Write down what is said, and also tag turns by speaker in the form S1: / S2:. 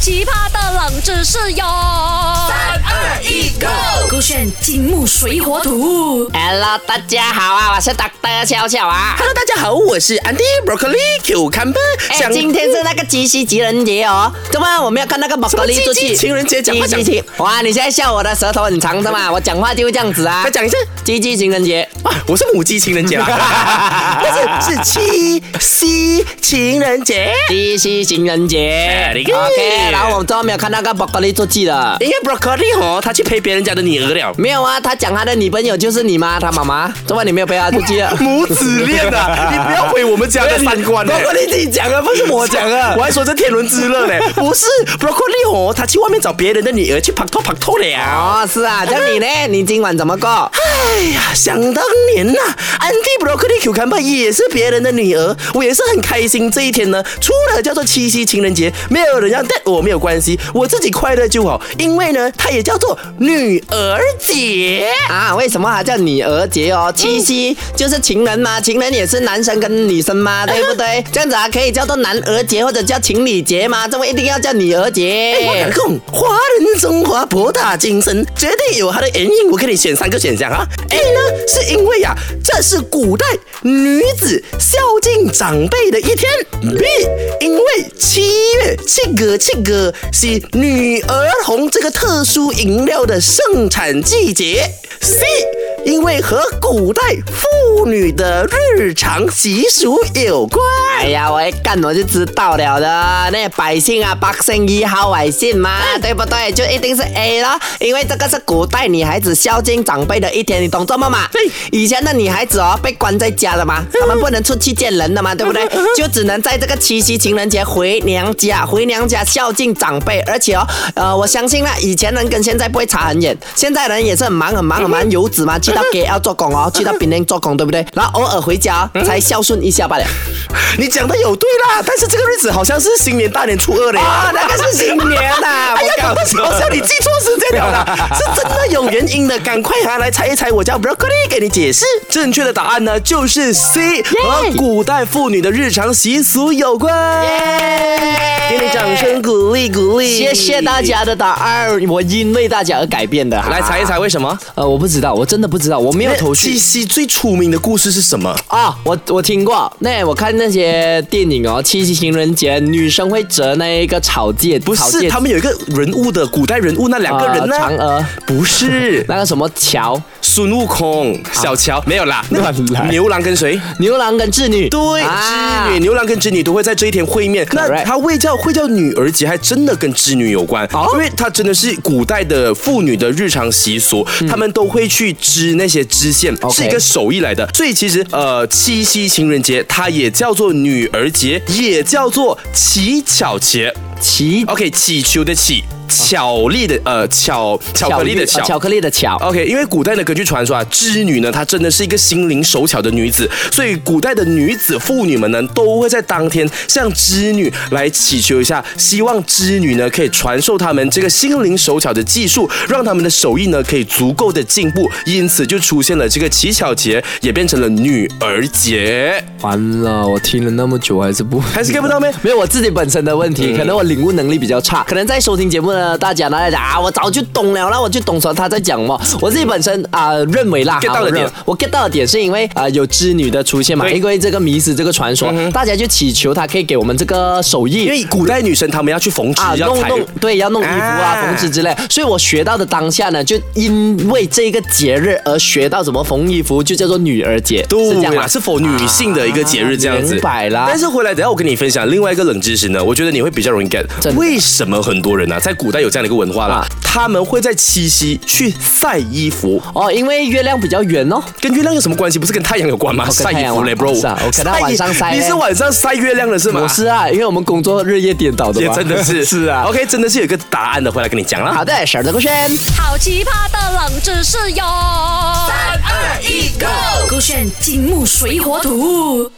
S1: 奇葩的冷知识哟！三
S2: 二一，Go！
S1: 勾选金木水火土。
S3: Hello，大家好啊，我是 Dr. 巧巧 啊。
S2: Hello，大家好，我是 Andy Broccoli Cucumber。
S3: 哎，今天是那个七夕情人节哦，怎么我们要看那个宝格丽出去？
S2: 情人节讲话讲
S3: 七夕情哇，你现在笑我的舌头很长的嘛，我讲话就会这样子啊
S2: 再。讲一次
S3: 七夕情人节，
S2: 啊！我是母鸡情人节啦，不是是七夕情人节。
S3: 七夕情人节。
S2: Very good
S3: OK，然后我们都没有看那个宝格丽出去了。
S2: 因为 Broccoli 哦，他去陪别人家的女儿了，
S3: 没有啊，他讲他的女朋友就是你吗？他妈妈，怎么你没有陪他出 去啊？
S2: 母子恋啊！你不要毁我们家的三观呢。
S3: Broccoli 自己讲啊，不是我讲啊
S2: 我。还说这天伦之乐呢，不是 Broccoli 哦，他去外面找别人的女儿去拍拖拍拖了。
S3: 哦，是啊，像你呢？你今晚怎么过？
S2: 哎呀，想当年呐、安迪布 c 克利 Q 坎巴也是别人的女儿，我也是很开心。这一天呢，除了叫做七夕情人节，没有人要带我没有关系，我自己快乐就好。因为呢，它也叫做女儿节。
S3: 啊，为什么还叫女儿节哦？七夕就是情人嘛，情人也是男生跟女生嘛，对不对？这样子啊，可以叫做男儿节或者叫情侣节嘛，这么一定要叫女儿
S2: 哎我
S3: 节
S2: 敢？讲，华人中华博大精深，绝对有它的原因。我给你选三个选项啊。A 呢，是因为呀、这是古代女子孝敬长辈的一天。B，因为七月七哥七哥是女儿红这个特殊饮料的盛产季节。C，因为和古代妇女的日常习俗有关。
S3: 哎呀，我一干我就知道了的，那百姓啊，百姓一号百姓嘛，对不对？就一定是 A 咯，因为这个是古代女孩子孝敬长辈的一天，你懂这么嘛？
S2: 对
S3: 以前的女孩子哦，被关在家了嘛，她们不能出去见人的嘛，对不对？就只能在这个七夕情人节回娘家，回娘家孝敬长辈，而且哦，呃，我相信啦，以前人跟现在不会差很远，现在人也是很忙很忙很忙，游子嘛，去到 KL 做工哦，去到槟城做工，对不对？然后偶尔回家哦才孝顺一下罢了。
S2: 你讲的有对啦，但是这个日子好像是新年大年初二嘞。
S3: 啊，那个是新年 呐、
S2: 哎
S3: 我
S2: 呀，搞
S3: 搞
S2: 不
S3: 错
S2: 好
S3: 了
S2: 像你记错时间了 啦，是真的有原因的，赶快啊来猜一猜，我叫 Broccoli 给你解释。正确的答案呢就是 C，和古代妇女的日常习俗有关。给你掌声鼓励鼓励，
S3: 谢谢大。家的答案，我因为大家而改变的。
S2: 来猜一猜，为什么？
S3: 呃，我不知道，我真的不知道，我没有头
S2: 七
S3: 绪
S2: 夕最出名的故事是什么？
S3: 啊。我我听过，那我看那些电影哦，七夕情人节女生会折那一个草芥，
S2: 不
S3: 草芥
S2: 是，他们有一个人物的古代人物，那两个人呢
S3: 呃？嫦娥，
S2: 不是
S3: 那个什么乔，
S2: 孙悟空、小乔，没有 啦，
S3: 乱来
S2: 牛郎跟谁？
S3: 牛郎跟织女，
S2: 对，
S3: 啊
S2: 织女、牛郎跟织女都会在这一天会面。那
S3: Correct
S2: 他会叫会叫女儿节，还真的跟织女有关，
S3: 哦
S2: 因为它真的是古代的妇女的日常习俗，她们都会去织那些织线，
S3: 嗯 OK
S2: 是一个手艺来的。所以其实呃，七夕情人节它也叫做女儿节，也叫做乞巧节。
S3: 奇
S2: OK，乞求的乞，巧力的呃巧巧克力的
S3: 巧
S2: 巧
S3: 呃。巧克力的巧。
S2: OK，因为古代呢，根据传说啊，织女呢，她真的是一个心灵手巧的女子，所以古代的女子妇女们呢，都会在当天向织女来祈求一下，希望织女呢可以传授她们这个心灵手巧的技术，让她们的手艺呢可以足够的进步，因此就出现了这个乞巧节，也变成了女儿节。
S3: 完了，我听了那么久还是不
S2: 还是 get 不到咩？
S3: 没有我自己本身的问
S2: 嗯
S3: 题，可能我领悟能力比较差，可能在收听节目呢，大家呢在讲啊，我早就懂了啦，我就懂说他在讲什么。我自己本身啊、认为啦
S2: get 到
S3: 啊
S2: 了
S3: 我认
S2: 点
S3: 为我 get 到的点是因为啊、有织女的出现嘛，
S2: 对嗯
S3: 因为这个迷失这个传说，大家就祈求她可以给我们这个手艺，
S2: 因为古代女生她们要去缝制，
S3: 啊，
S2: 要
S3: 弄
S2: 裁
S3: 弄对，要弄衣服啊
S2: 啊，
S3: 缝制之类。所以我学到的当下呢，就因为这个节日而学到怎么缝衣服，就叫做女儿节，是这
S2: 对啊
S3: 样吗啊
S2: 啦，？是否女性的一个节日这样子？
S3: 明白啦
S2: 但是回来，等一下我跟你分享另外一个冷知识呢，我觉得你会比较容易 get
S3: 真。的
S2: 为什么很多人呢、啊，在古代有这样的一个文化啦
S3: 啊？
S2: 他们会在七夕去晒衣服，
S3: 哦，因为月亮比较圆哦。
S2: 跟月亮有什么关系？不是跟太阳有关吗？
S3: 哦跟
S2: 晒
S3: 太
S2: 衣
S3: 阳
S2: 服嘞
S3: 有
S2: ，bro
S3: 关。是啊，OK，那晚上晒
S2: 你
S3: 嘞
S2: 是晚上晒月亮的是吗？
S3: 我是啊，因为我们工作日夜颠倒的
S2: 也
S3: 嘛，
S2: 真的是
S3: 是啊。
S2: OK，真的是有一个答案的，回来跟你讲啦。
S3: 好的，小的勾选。
S1: 好奇葩的冷知识哟！三二一，Go！勾选金木水火土。